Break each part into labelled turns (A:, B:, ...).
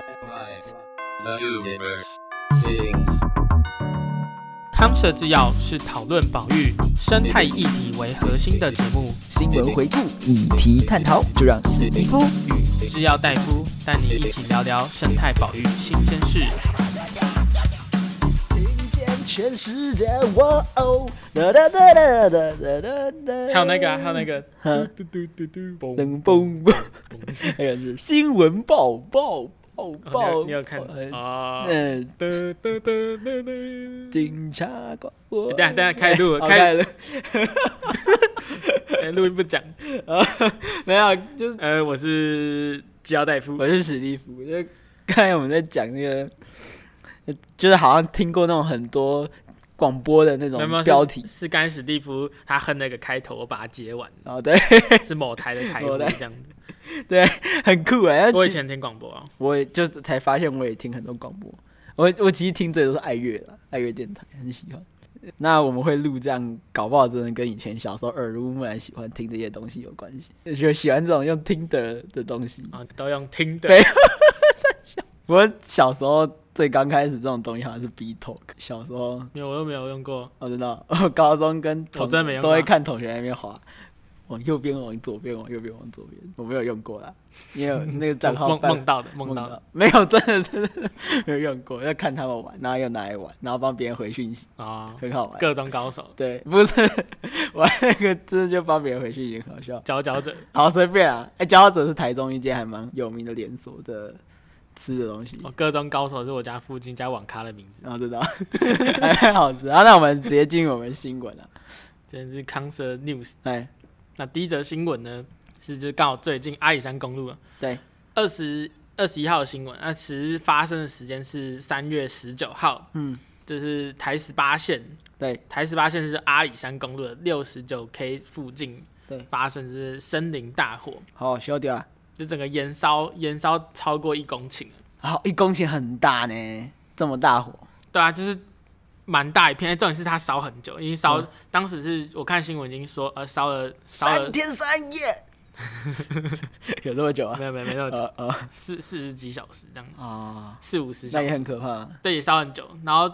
A: The universe sings.
B: 康蛇制药是讨论保育、生态议题为核心的节目，
C: 新闻回顾、议题探讨，就让史蒂夫
B: 与制药大夫带你一起聊聊生态保育新鲜事。
C: 听见全世界，哇哦！哒哒哒哒哒哒哒哒。
B: 还有那个、啊，还有那个，
C: 嗯
B: 嘟嘟嘟嘟嘟，哦嘣
C: 噔嘣嘣，还有是新闻报报报
B: 哦你
C: 报。
B: 有你有看
C: 嗯
B: 啊？
C: 呃，
B: 嘟嘟嘟嘟嘟。
C: 警察广播。
B: 等一下等一下开录
C: 好
B: 开
C: 了。
B: 哎录音不讲。
C: 没有，就是
B: 呃，我是制药大夫
C: 我。是史蒂夫，就是刚才我们在讲那个，就是好像听过那种很多广播的那
B: 没有没有是
C: 种标题，
B: 是刚才史蒂夫他哼那个开头，我把它接 完，
C: 然哦后对，
B: 是某台的开头
C: 某台
B: 这样子。
C: 很酷哎、欸。
B: 我以
C: 其
B: 前听广播啊，
C: 我也就是才发现，我也听很多广播。我我其实听这都是爱乐啦，爱乐电台很喜欢。那我们会录这样，搞不好真的跟以前小时候耳濡目染喜欢听这些东西有关系，就喜欢这种用听的的东西。
B: 啊都用听的
C: 对。我小时候最刚开始这种东西好像是 B Talk，小时候哦
B: 没有，我又没有用过。
C: 我知道，我 高中跟同
B: 我哦真的没用啊
C: 都
B: 过
C: 会看同学在那边滑，往右边，往左边，往右边，往左边，我没有用过啦，因为我那个账号
B: 梦
C: 办
B: 梦到的，梦
C: 梦
B: 到的
C: 没有，真的真的没有用过，要看他们玩，然后又拿来玩，然后帮别人回讯息，
B: 啊，
C: 很好玩。
B: 各种高 手，
C: 对，不是玩那个，真的就帮别人回讯息，很好笑。
B: 佼佼者。
C: 好，随便啊。哎、佼佼者是台中一间还蛮有名的连锁的吃的东西，
B: 哦，各种高手是我家附近一家网咖的名字，
C: 然后知道 还好吃。啊，那我们直接进入我们新闻了。啊
B: 真的是康 Sir News。
C: 哎，
B: 那第一则新闻呢，是就刚好最近阿里山公路啊，
C: 对，
B: 二十二十一号的新闻，那其实发生的时间是三月十九号，
C: 嗯，
B: 这是台十八线，
C: 对，
B: 台十八线是阿里山公路的六十九 K 附近，
C: 对
B: 发生就是森林大火，
C: 好，小弟啊，
B: 就整个燃烧燃烧超过一公顷了，
C: 好，一公顷很大呢，这么大火，
B: 对啊，就是蛮大一片，重点是它烧很久，已经烧，
C: 嗯
B: 当时是我看新闻已经说，呃，烧了烧了
C: 三，天三夜，有这么久啊
B: 没？有没有没有，哦
C: 呃呃
B: 四四十几小时这样，
C: 啊，
B: 四五十
C: 那
B: 小
C: 也
B: 时，
C: 很可怕。啊
B: 对，也烧很久，然后。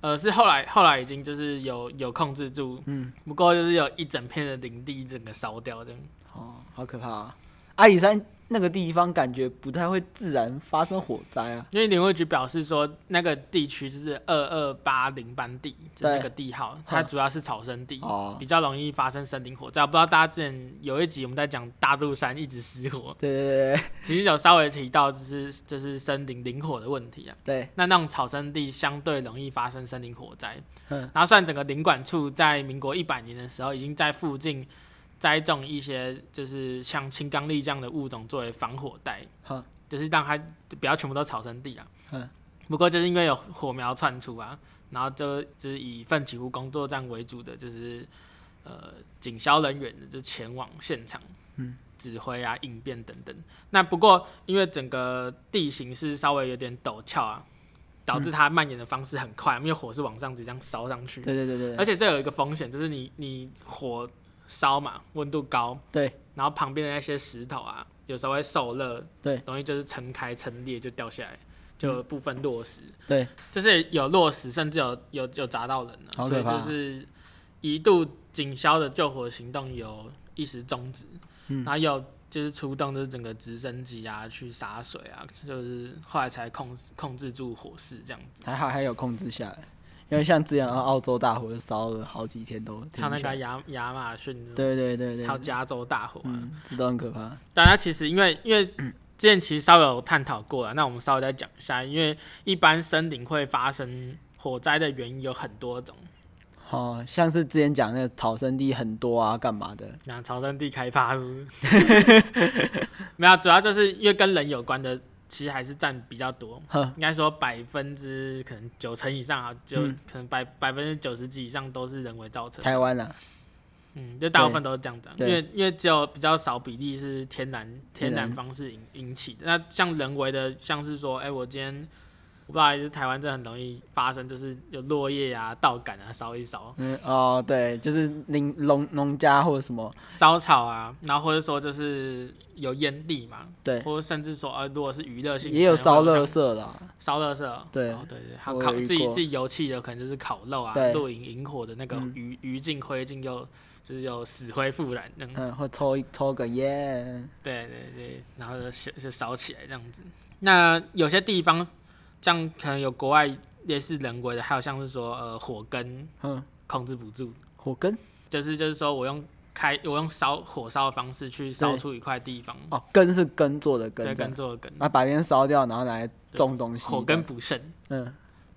B: 呃，是后来后来已经就是有有控制住，
C: 嗯，
B: 不过就是有一整片的林地整个烧掉这样，
C: 哦，好可怕啊！阿里山那个地方感觉不太会自然发生火灾啊。
B: 因为林务局表示说那个地区就是二二八零班地，就是那个地号，它主要是草生地，
C: 嗯哦
B: 比较容易发生森林火灾。不知道大家之前有一集我们在讲大肚山一直失火，
C: 对对对
B: 其实有稍微提到，就是就是森林林火的问题啊。
C: 对
B: 那那种草生地相对容易发生森林火灾。
C: 嗯
B: 然后算整个林管处在民国一百年的时候，已经在附近栽种一些就是像青冈栎这样的物种作为防火带，
C: 好
B: 就是让它不要全部都草生地啊。
C: 嗯
B: 不过就是因为有火苗窜出啊，然后就就是以奋起湖工作站为主的就是呃警消人员就前往现场，
C: 嗯，
B: 指挥啊应变等等。那不过因为整个地形是稍微有点陡峭啊，导致它蔓延的方式很快，啊因为火是往上直接这样烧上去，
C: 对对对对
B: 而
C: 对
B: 且这有一个风险，就是你你火烧嘛，温度高，
C: 对，
B: 然后旁边的那些石头啊，有时候会受热，
C: 对嗯
B: 容易就是撑开、撑裂就掉下来，就有部分落石，
C: 对，
B: 就是有落石，甚至有有有砸到人了，
C: 好
B: 所
C: 可
B: 以
C: 怕啊
B: 就是一度警消的救火行动有一时终止，
C: 嗯
B: 然后有就是出动就是整个直升机啊去洒水啊，就是后来才控制控制住火势这样子。
C: 还好还有控制下来。因为像之前澳洲大火烧了好几天都停
B: 还有那
C: 不下
B: 个
C: 来，
B: 亚亚马逊，，
C: 对对对对
B: 还有
C: 对，
B: 加州大火、啊，
C: 嗯，这都很可怕。
B: 大家其实因为因为之前其实稍微有探讨过了，那我们稍微再讲一下，因为一般森林会发生火灾的原因有很多种，
C: 哦，像是之前讲那个草生地很多啊，干嘛的？
B: 那朝圣地开发是不是？ 没有，主要就是因为跟人有关的，其实还是占比较多，
C: 哼，
B: 应该说百分之可能九成以上啊，就、
C: 嗯
B: 可能百百分之九十几以上都是人为造成的，
C: 台湾啊，
B: 嗯，就大部分都是这样子啊、因
C: 对
B: 为因为只有比较少比例是天然
C: 天
B: 天
C: 然
B: 然方式引引起的。那像人为的，像是说，哎、我今天我不知道，就是台湾真的很容易发生，就是有落叶啊、稻杆啊烧一烧，
C: 嗯哦，对，就是农农农家或者什么，
B: 烧草啊，然后或者说就是有烟蒂嘛，
C: 对，
B: 或者甚至说呃，如果是娱乐性，
C: 也有烧
B: 可能会
C: 垃
B: 有像
C: 圾啦，
B: 烧垃圾，
C: 对
B: 哦对对，还有
C: 我有
B: 烤
C: 遇
B: 自己
C: 过
B: 自己油气的，可能就是烤肉啊
C: 对、
B: 露营引火的那个
C: 嗯
B: 余余烬、灰烬又就是有死灰复燃，嗯，
C: 嗯，或抽一抽个烟，
B: 对对对，然后就烧就烧起来这样子。那有些地方像可能有国外类似人为的，还有像是说呃火根
C: 嗯，
B: 控制不住，
C: 火根
B: 就是就是说我用开我用烧火烧的方式去烧
C: 对
B: 出一块地方，
C: 哦，根是耕作的根，
B: 对，
C: 这样
B: 耕作的根，
C: 啊，把烟烧掉，然后拿来种东西，
B: 火根，不慎，
C: 嗯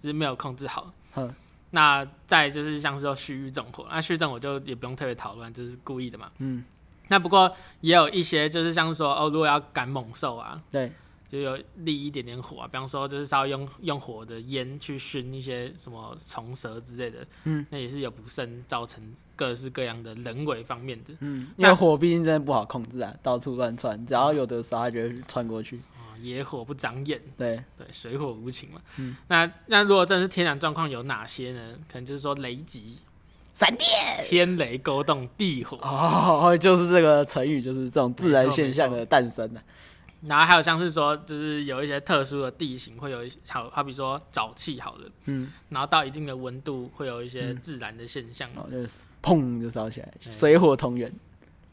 B: 就是没有控制好。
C: 哼，
B: 那再就是像是说蓄意纵火，那蓄意纵火就也不用特别讨论，就是故意的嘛。
C: 嗯，
B: 那不过也有一些就是像是说哦，如果要赶猛兽啊，
C: 对，
B: 就有立一点点火、啊，比方说就是稍微用用火的烟去熏一些什么虫蛇之类的，
C: 嗯，
B: 那也是有不慎造成各式各样的人为方面的
C: 嗯，因
B: 那
C: 为火毕竟真的不好控制啊，到处乱窜，只要有的时候它就会窜过去，
B: 啊、野火不长眼，
C: 对，
B: 对，水火无情嘛。
C: 嗯，
B: 那那如果真的是天然状况有哪些呢？可能就是说雷击、
C: 闪电，
B: 天雷勾动地火，
C: 哦， 就是这个成语，就是这种自然现象的诞生啊，
B: 然后还有像是说，就是有一些特殊的地形会有一些，好好比说沼气好了，
C: 嗯，
B: 然后到一定的温度会有一些自燃的现象，
C: 然后哦就是砰就烧起来，
B: 嗯
C: 水火同源，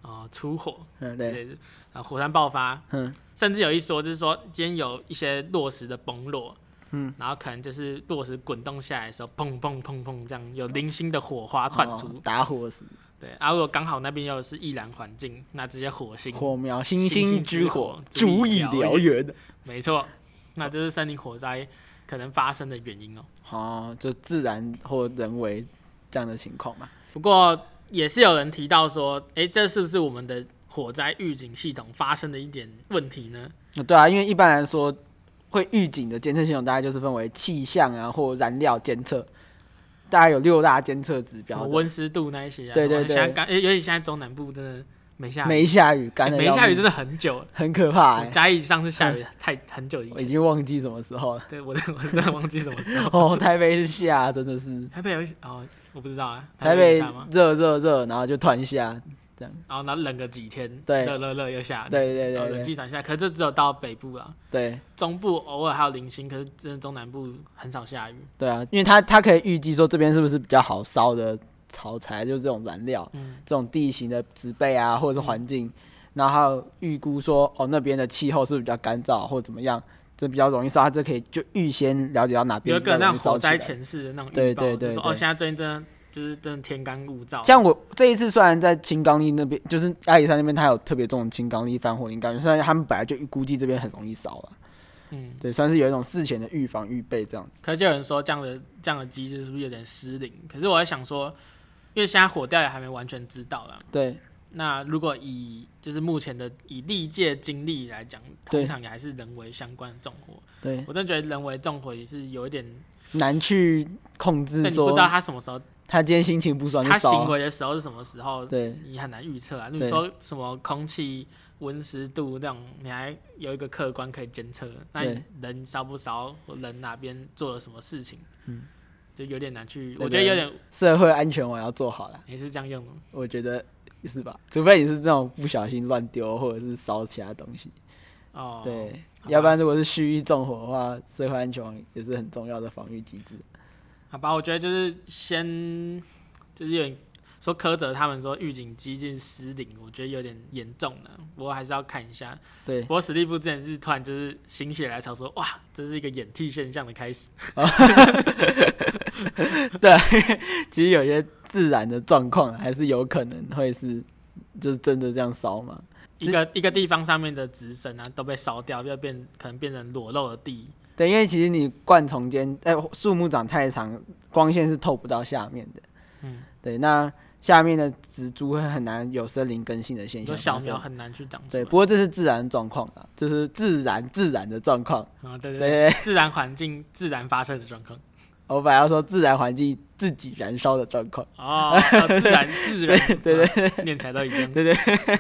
B: 哦，出火
C: 嗯，
B: 之
C: 对，
B: 类的，然后火山爆发，
C: 嗯，
B: 甚至有一说就是说，今天有一些落石的崩落，
C: 嗯，
B: 然后可能就是落石滚动下来的时候，砰砰砰砰这样有零星的火花窜出，
C: 哦打火石，
B: 对，啊，如果刚好那边又是易燃环境，那这些火星，
C: 火苗，星
B: 星
C: 星
B: 之
C: 之
B: 火
C: 火，
B: 足
C: 足
B: 以
C: 以
B: 燎
C: 燎原。
B: 没错，那这是森林火灾可能发生的原因哦、
C: 哦，就自然或人为这样的情况嘛。
B: 不过也是有人提到说，诶，这是不是我们的火灾预警系统发生的一点问题呢？
C: 那对啊，因为一般来说，会预警的监测系统大概就是分为气象啊或燃料监测，大概有六大监测指
B: 什
C: 标
B: 么
C: 的。
B: 温湿度那一些啊？
C: 对对
B: 什么
C: 对
B: 现在刚，诶尤其现在中南部真的没下雨，
C: 没下雨，
B: 诶
C: 干的
B: 欸没下雨真的很久了。
C: 很可怕、
B: 我
C: 欸。
B: 嘉义上次下雨太很久以
C: 我已
B: 前，
C: 经忘记什么时候了。
B: 对我真的我真的忘记什么时候。
C: 哦，台北下真的是
B: 台北有一哦，我不知道啊，
C: 台
B: 北有
C: 北
B: 下吗？
C: 热热热，然后就团下。
B: 然后然后冷个几天，
C: 对
B: 热热热又下，
C: 对对
B: 然后啊
C: 对
B: 哦冷
C: 对
B: 气团下，可是这只有到北部啊，
C: 对
B: 中部偶尔还有零星，可是真的中南部很少下雨。
C: 对啊，因为它它可以预计说这边是不是比较好烧的草材，就是这种燃料。
B: 嗯，
C: 这种地形的植被啊，或者是环境，然后还有预估说哦那边的气候是不是比较干燥或者怎么样，这比较容易烧，它这可以就预先了解到哪边
B: 有一个
C: 比
B: 那种
C: 较容易烧
B: 火
C: 起
B: 灾
C: 来。
B: 前世的那种预
C: 对
B: 报，
C: 对
B: 就
C: 对
B: 说哦，
C: 对
B: 现在最近真的就是真的天干物燥，
C: 像我这一次虽然在青冈里那边，就是阿里山那边，它有特别重的青冈里翻火林感觉虽然他们本来就估计这边很容易烧了，
B: 嗯，
C: 对，算是有一种事前的预防预备这样子。
B: 可是就有人说这样的这样的机制是不是有点失灵？可是我在想说，因为现在火调也还没完全知道啦。
C: 对
B: 那如果以就是目前的以历届经历来讲，
C: 对
B: 通常也还是人为相关的纵火。
C: 对，
B: 我真的觉得人为纵火也是有一点，
C: 难去控制
B: 但你不
C: 说
B: 知道他什么时候，
C: 他今天心情不爽就
B: 他
C: 烧
B: 行
C: 啊，
B: 为的时候是什么时候，
C: 对
B: 你很难预测啊。你
C: 对
B: 说什么空气温湿度那种，你还有一个客观可以监测，那你
C: 对
B: 人烧不烧，或人哪边做了什么事情，
C: 嗯
B: 就有点难去。
C: 对
B: 我觉得有点
C: 社会安全我要做好了。
B: 也是这样用的，
C: 我觉得是吧？除非你是这种不小心乱丢或者是烧其他东西，
B: 哦。
C: 对，
B: 好吧
C: 要不然如果是蓄意纵火的话，社会安全网也是很重要的防御机制。
B: 好吧，我觉得就是先就是有点说苛责他们说预警机进失灵，我觉得有点严重了，不过还是要看一下。
C: 对
B: 不，过史蒂夫之前是突然就是心血来潮说，哇，这是一个演替现象的开始。
C: 其实有些自然的状况还是有可能会是就是真的这样烧嘛。
B: 一个一个地方上面的直升啊都被烧掉，要变可能变成裸露的地，
C: 对，因为其实你灌丛间，哎、树木长太长，光线是透不到下面的。
B: 嗯，
C: 对，那下面的植株会很难有森林更新的现
B: 你
C: 象
B: 说
C: 发生。
B: 小苗很难去长出
C: 对，
B: 来。
C: 不过这是自然状况啊，这是自然自然的状况。
B: 啊，对对
C: 对
B: 对，
C: 对
B: 自然环境自然发生的状况。
C: 我本来要说自然环境自己燃烧的状况，
B: 哦，哦自然自然，
C: 对
B: 对对，念起来都一样。
C: 对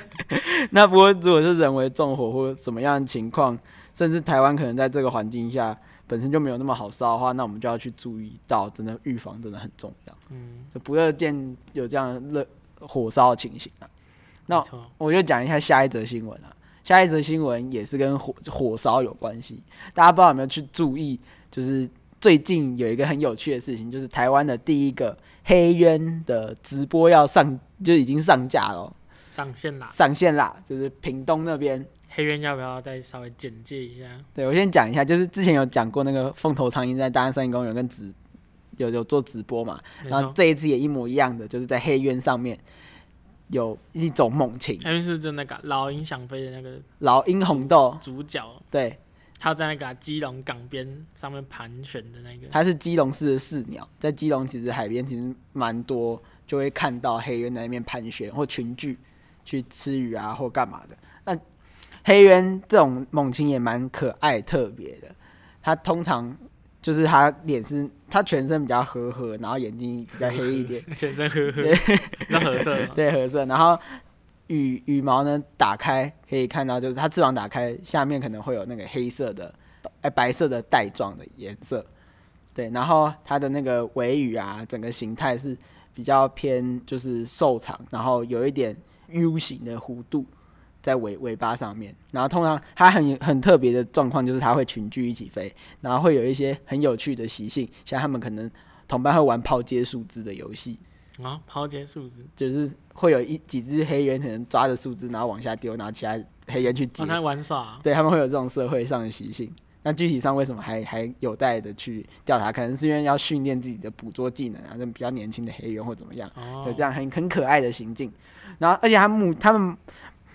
C: 那不过如果是人为纵火或什么样的情况，甚至台湾可能在这个环境下本身就没有那么好烧的话，那我们就要去注意到，真的预防真的很重要，
B: 嗯，
C: 就不乐见有这样热火烧的情形啊。 那
B: 没错，
C: 我就讲一下下一则新闻啊。下一则新闻也是跟火火烧有关系，大家不知道有没有去注意？就是最近有一个很有趣的事情，就是台湾的第一个黑渊的直播要上，就已经上架了哦，
B: 上线啦。
C: 上线啦，就是屏东那边。
B: 黑渊要不要再稍微简介一下？
C: 对我先讲一下，就是之前有讲过那个凤头苍蝇在大安森林公园跟直有有做直播嘛，
B: 没
C: 然后
B: 错，
C: 这一次也一模一样的，就是在黑渊上面有一种猛禽，
B: 黑渊是不是真的那个老鹰想飞的那个
C: 老鹰红豆，
B: 主角，
C: 对，
B: 还有在那个啊基隆港边上面盘旋的那个，
C: 它是基隆市的市鸟，在基隆其实海边其实蛮多，就会看到黑鸢在那边盘旋或群聚去吃鱼啊或干嘛的。那黑鸢这种猛禽也蛮可爱特别的，它通常就是它脸是它全身比较呵呵，然后眼睛比较黑一点，
B: 全身呵呵，
C: 对
B: 比较合色嘛。
C: 对，褐色。然后羽羽毛呢打开，可以看到就是它翅膀打开，下面可能会有那个黑色的，哎，白色的带状的颜色。对，然后它的那个尾羽啊，整个形态是比较偏就是瘦长，然后有一点 U 型的弧度在尾尾巴上面。然后通常它很很特别的状况就是它会群居一起飞，然后会有一些很有趣的习性，像它们可能同伴会玩抛接树枝的游戏，
B: 啊，抛接树枝，
C: 就是会有一几只黑猿可能抓着树枝，然后往下丢，然后其他黑猿去接。
B: 让他玩耍啊。
C: 对，他们会有这种社会上的习性。那具体上为什么还还有待的去调查？可能是因为要训练自己的捕捉技能啊，就比较年轻的黑猿或怎么样，
B: 哦
C: 有这样很很可爱的行径。然后，而且他们他们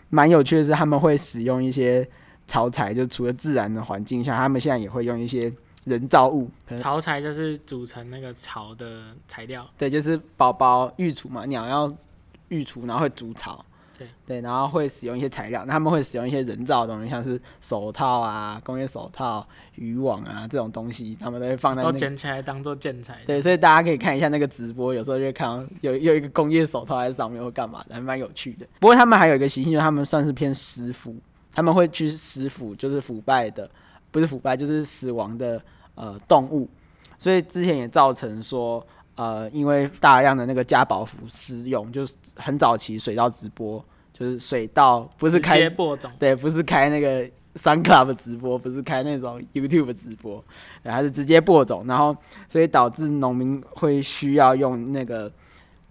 C: 蛮有趣的是，他们会使用一些草材，就除了自然的环境下，他们现在也会用一些人造物，可能
B: 巢材就是组成那个巢的材料，
C: 对，就是宝宝育雏嘛，鸟要育雏，然后会筑巢。
B: 对
C: 然后会使用一些材料，那他们会使用一些人造的东西，像是手套啊、工业手套、渔网啊这种东西，他们都会放在那
B: 都
C: 个。
B: 捡起来当做建材。
C: 对，所以大家可以看一下那个直播，有时候就会看到有有一个工业手套在上面或干嘛的，还蛮有趣的。不过他们还有一个习性，就是他们算是偏食腐，他们会去食腐，就是腐败的，不是腐败，就是死亡的呃动物。所以之前也造成说，呃，因为大量的那个嘉宝福私用，就是很早期水稻直播，就是水稻不是
B: 直接
C: 开
B: 播种，
C: 对，不是开那个 Sun Club 直播，不是开那种 YouTube 直播，对它是直接播种，然后所以导致农民会需要用那个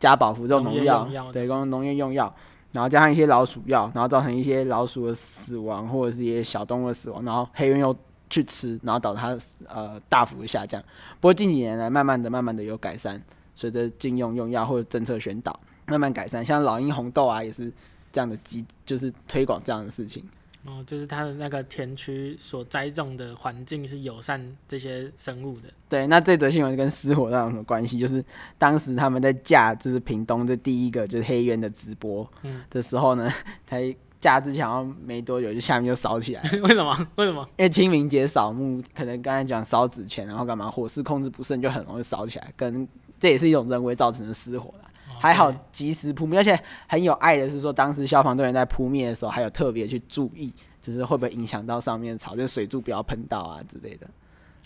C: 加宝福这种
B: 农
C: 农
B: 业
C: 药
B: 用药，
C: 对，用农业用药，然后加上一些老鼠药，然后造成一些老鼠的死亡或者是一些小动物的死亡，然后黑鸢又去吃，然后导致它的死呃大幅的下降。不过近几年来，慢慢的、慢慢的有改善，随着禁用用药或者政策宣导，慢慢改善。像老鹰红豆啊，也是这样的机，就是推广这样的事情。
B: 哦，就是它的那个田区所栽种的环境是友善这些生物的。
C: 对，那这则新闻跟失火到底有什么关系？就是当时他们在架，就是屏东这第一个就是黑渊的直播
B: 嗯
C: 的时候呢，才架之前好像没多久，就下面就烧起来了。
B: 为什么？为什么？
C: 因为清明节扫墓，可能刚才讲烧纸钱，然后干嘛火势控制不慎，就很容易烧起来，跟这也是一种人为造成的失火啦。
B: 哦
C: 还好
B: 对
C: 及时扑灭，而且很有爱的是说，当时消防队员在扑灭的时候，还有特别去注意，就是会不会影响到上面的草，就是水柱不要喷到啊之类的。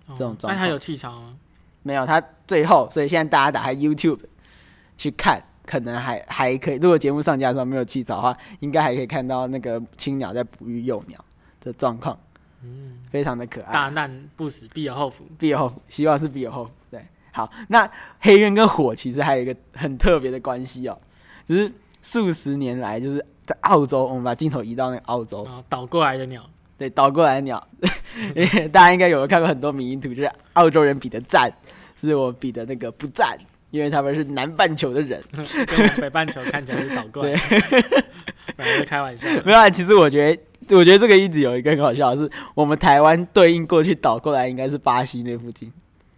B: 哦
C: 这种状
B: 那它
C: 况
B: 有气槽吗？
C: 没有，他最后，所以现在大家打开 YouTube 去看，可能还还可以。如果节目上架的时候没有弃槽的话，应该还可以看到那个青鸟在哺育幼鸟的状况，
B: 嗯，
C: 非常的可爱。
B: 大难不死必有后福。
C: 必有后福，希望是必有后福。对，好，那黑渊跟火其实还有一个很特别的关系哦，就是数十年来，就是在澳洲，我们把镜头移到那个澳洲，
B: 哦，倒过来的鸟，
C: 对，倒过来的鸟， 因为大家应该有看过很多迷因图，就是澳洲人比的赞，是我比的那个不赞，因为他们是南半球的人。
B: 跟我们北半球看起来是倒过来的。本来是开玩笑的。
C: 没有啊，其实我觉得，我觉得这个一直有一个很好笑的是，我们台湾对应过去倒过来应该是巴西那附近，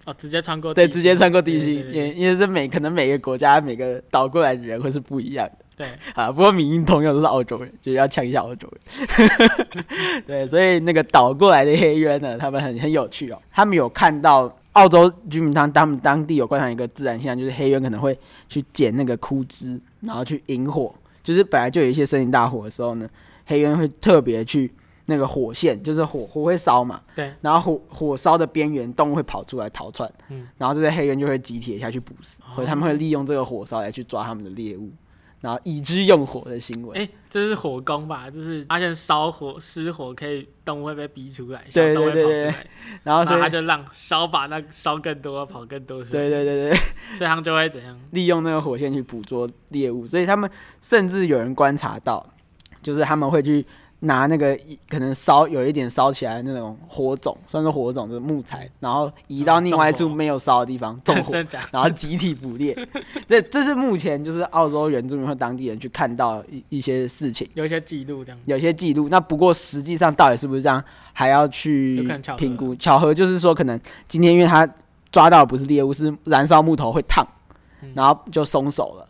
B: 哦，直接穿过地
C: 对，
B: 心。
C: 直接穿过地
B: 对
C: 心，
B: 对对
C: 因为因为是每可能每个国家每个倒过来的人会是不一样的。
B: 对，
C: 啊，不过民音同样都是澳洲人，就是要呛一下澳洲人。 对，所以那个倒过来的黑鸢呢，他们很很有趣哦。他们有看到澳洲居民当他们当地有观察一个自然现象，就是黑鸢可能会去捡那个枯枝，然后去引火。就是本来就有一些森林大火的时候呢，黑鸢会特别去那个火线，就是火火会烧嘛，
B: 对，
C: 然后火火烧的边缘动物会跑出来逃窜，
B: 嗯哦
C: 然后这些黑人就会集体地下去捕食，所以他们会利用这个火烧来去抓他们的猎物，然后以之用火的行为。
B: 哎、这是火攻吧？就是发现烧火失火可以动物会被逼出来，小
C: 对
B: 动物会
C: 对
B: 跑
C: 对
B: 出
C: 对
B: 来，
C: 然后
B: 然
C: 所
B: 后
C: 以
B: 他就让烧把那烧更多跑更多出来，
C: 对对对 对，
B: 所以他们就会怎样？
C: 利用那个火线去捕捉猎物，所以他们甚至有人观察到，就是他们会去拿那个可能烧有一点烧起来的那种火种，算是火种的木材，然后移到另外一处
B: 纵火
C: 没有烧的地方纵火，
B: 真的假的？
C: 然后集体捕猎。这这是目前就是澳洲原住民和当地人去看到一一些事情，
B: 有一些记录这样。
C: 有些记录。那不过实际上到底是不是这样，还要去
B: 有可能巧合
C: 评估。巧合就是说，可能今天因为他抓到的不是猎物，是燃烧木头会烫，
B: 嗯
C: 然后就松手了，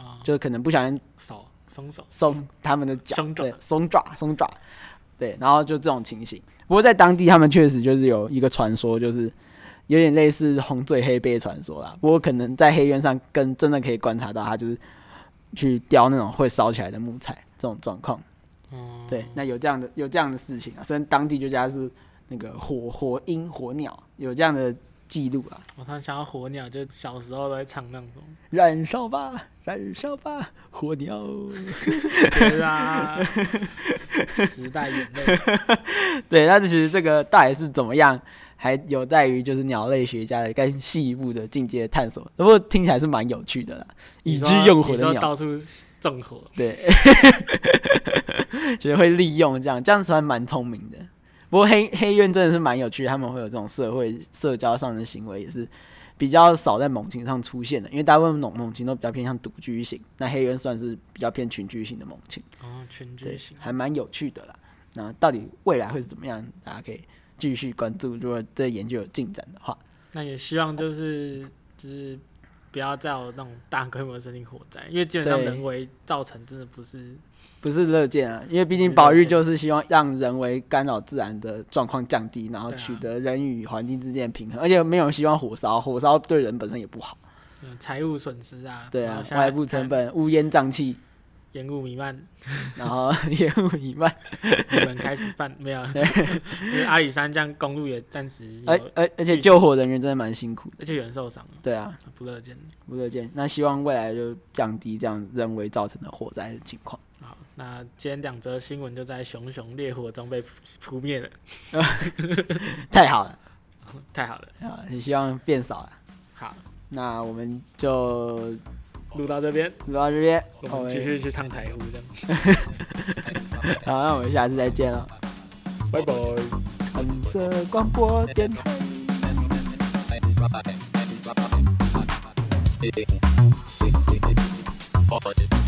B: 啊、
C: 就可能不小心
B: 手松手，
C: 松他们的脚，
B: 松爪
C: 对，松爪，松爪，对，然后就这种情形。不过在当地，他们确实就是有一个传说，就是有点类似红嘴黑背传说啦。不过可能在黑渊上跟真的可以观察到，他就是去雕那种会烧起来的木材这种状况。
B: 嗯，
C: 对，那有这样的有这样的事情啊，虽然当地就叫它是那个火火鹰火鸟，有这样的记录啊。
B: 我突然想到火鸟，就小时候都会唱那种什么，
C: 燃烧吧，燃烧吧，火鸟。
B: 对 啊，时代眼泪，
C: 对，但是其实这个到底是怎么样，还有待于就是鸟类学家的更细一步的进阶探索。不过听起来是蛮有趣的啦，以
B: 你说
C: 之用火
B: 你
C: 的
B: 说
C: 鸟，
B: 到处纵火，
C: 对， 就是会利用这样，这样算蛮聪明的。不过黑黑鸢真的是蛮有趣的，他们会有这种社会社交上的行为，也是比较少在猛禽上出现的，因为大部分猛猛禽都比较偏向独居型，那黑鸢算是比较偏群居型的猛禽。
B: 然后群
C: 对
B: 居型，，
C: 还蛮有趣的啦。那到底未来会是怎么样？大家可以继续关注。如果这研究有进展的话，
B: 那也希望就是就是不要再有那种大规模的森林火灾，因为基本上
C: 对
B: 人为造成真的不是
C: 不是乐见啊，因为
B: 不
C: 毕
B: 是
C: 竟
B: 乐
C: 保育
B: 见
C: 就是希望让人为干扰自然的状况降低，然后
B: 对啊
C: 取得人与环境之间的平衡。而且没有人希望火烧，火烧对人本身也不好。
B: 嗯财务损失啊，
C: 对
B: 然
C: 啊
B: 后，现在
C: 外部成本、乌烟瘴气，
B: 烟雾弥漫，
C: 然后 烟雾弥漫。
B: 你们开始 犯没有？因为阿里山这样公路也暂时有，
C: 而而而且救火人员真的蛮辛苦的。
B: 而且有人受伤了，
C: 对啊，
B: 不乐见。
C: 不乐见。那希望未来就降低这样人为造成的火灾的情况。
B: 好，那今天两则新闻就在熊熊烈火中被扑扑灭了，
C: 太好了，
B: 太好了。
C: 太好了也希望变少了。
B: 好，
C: 那我们就
B: 录到这边，
C: 录到这边，
B: 我们继续去唱台呼这样，
C: 好，那我们下次再见了。
B: 拜拜。
C: 蓝色广播电台。
A: Sing, sing, sing, sing, sing,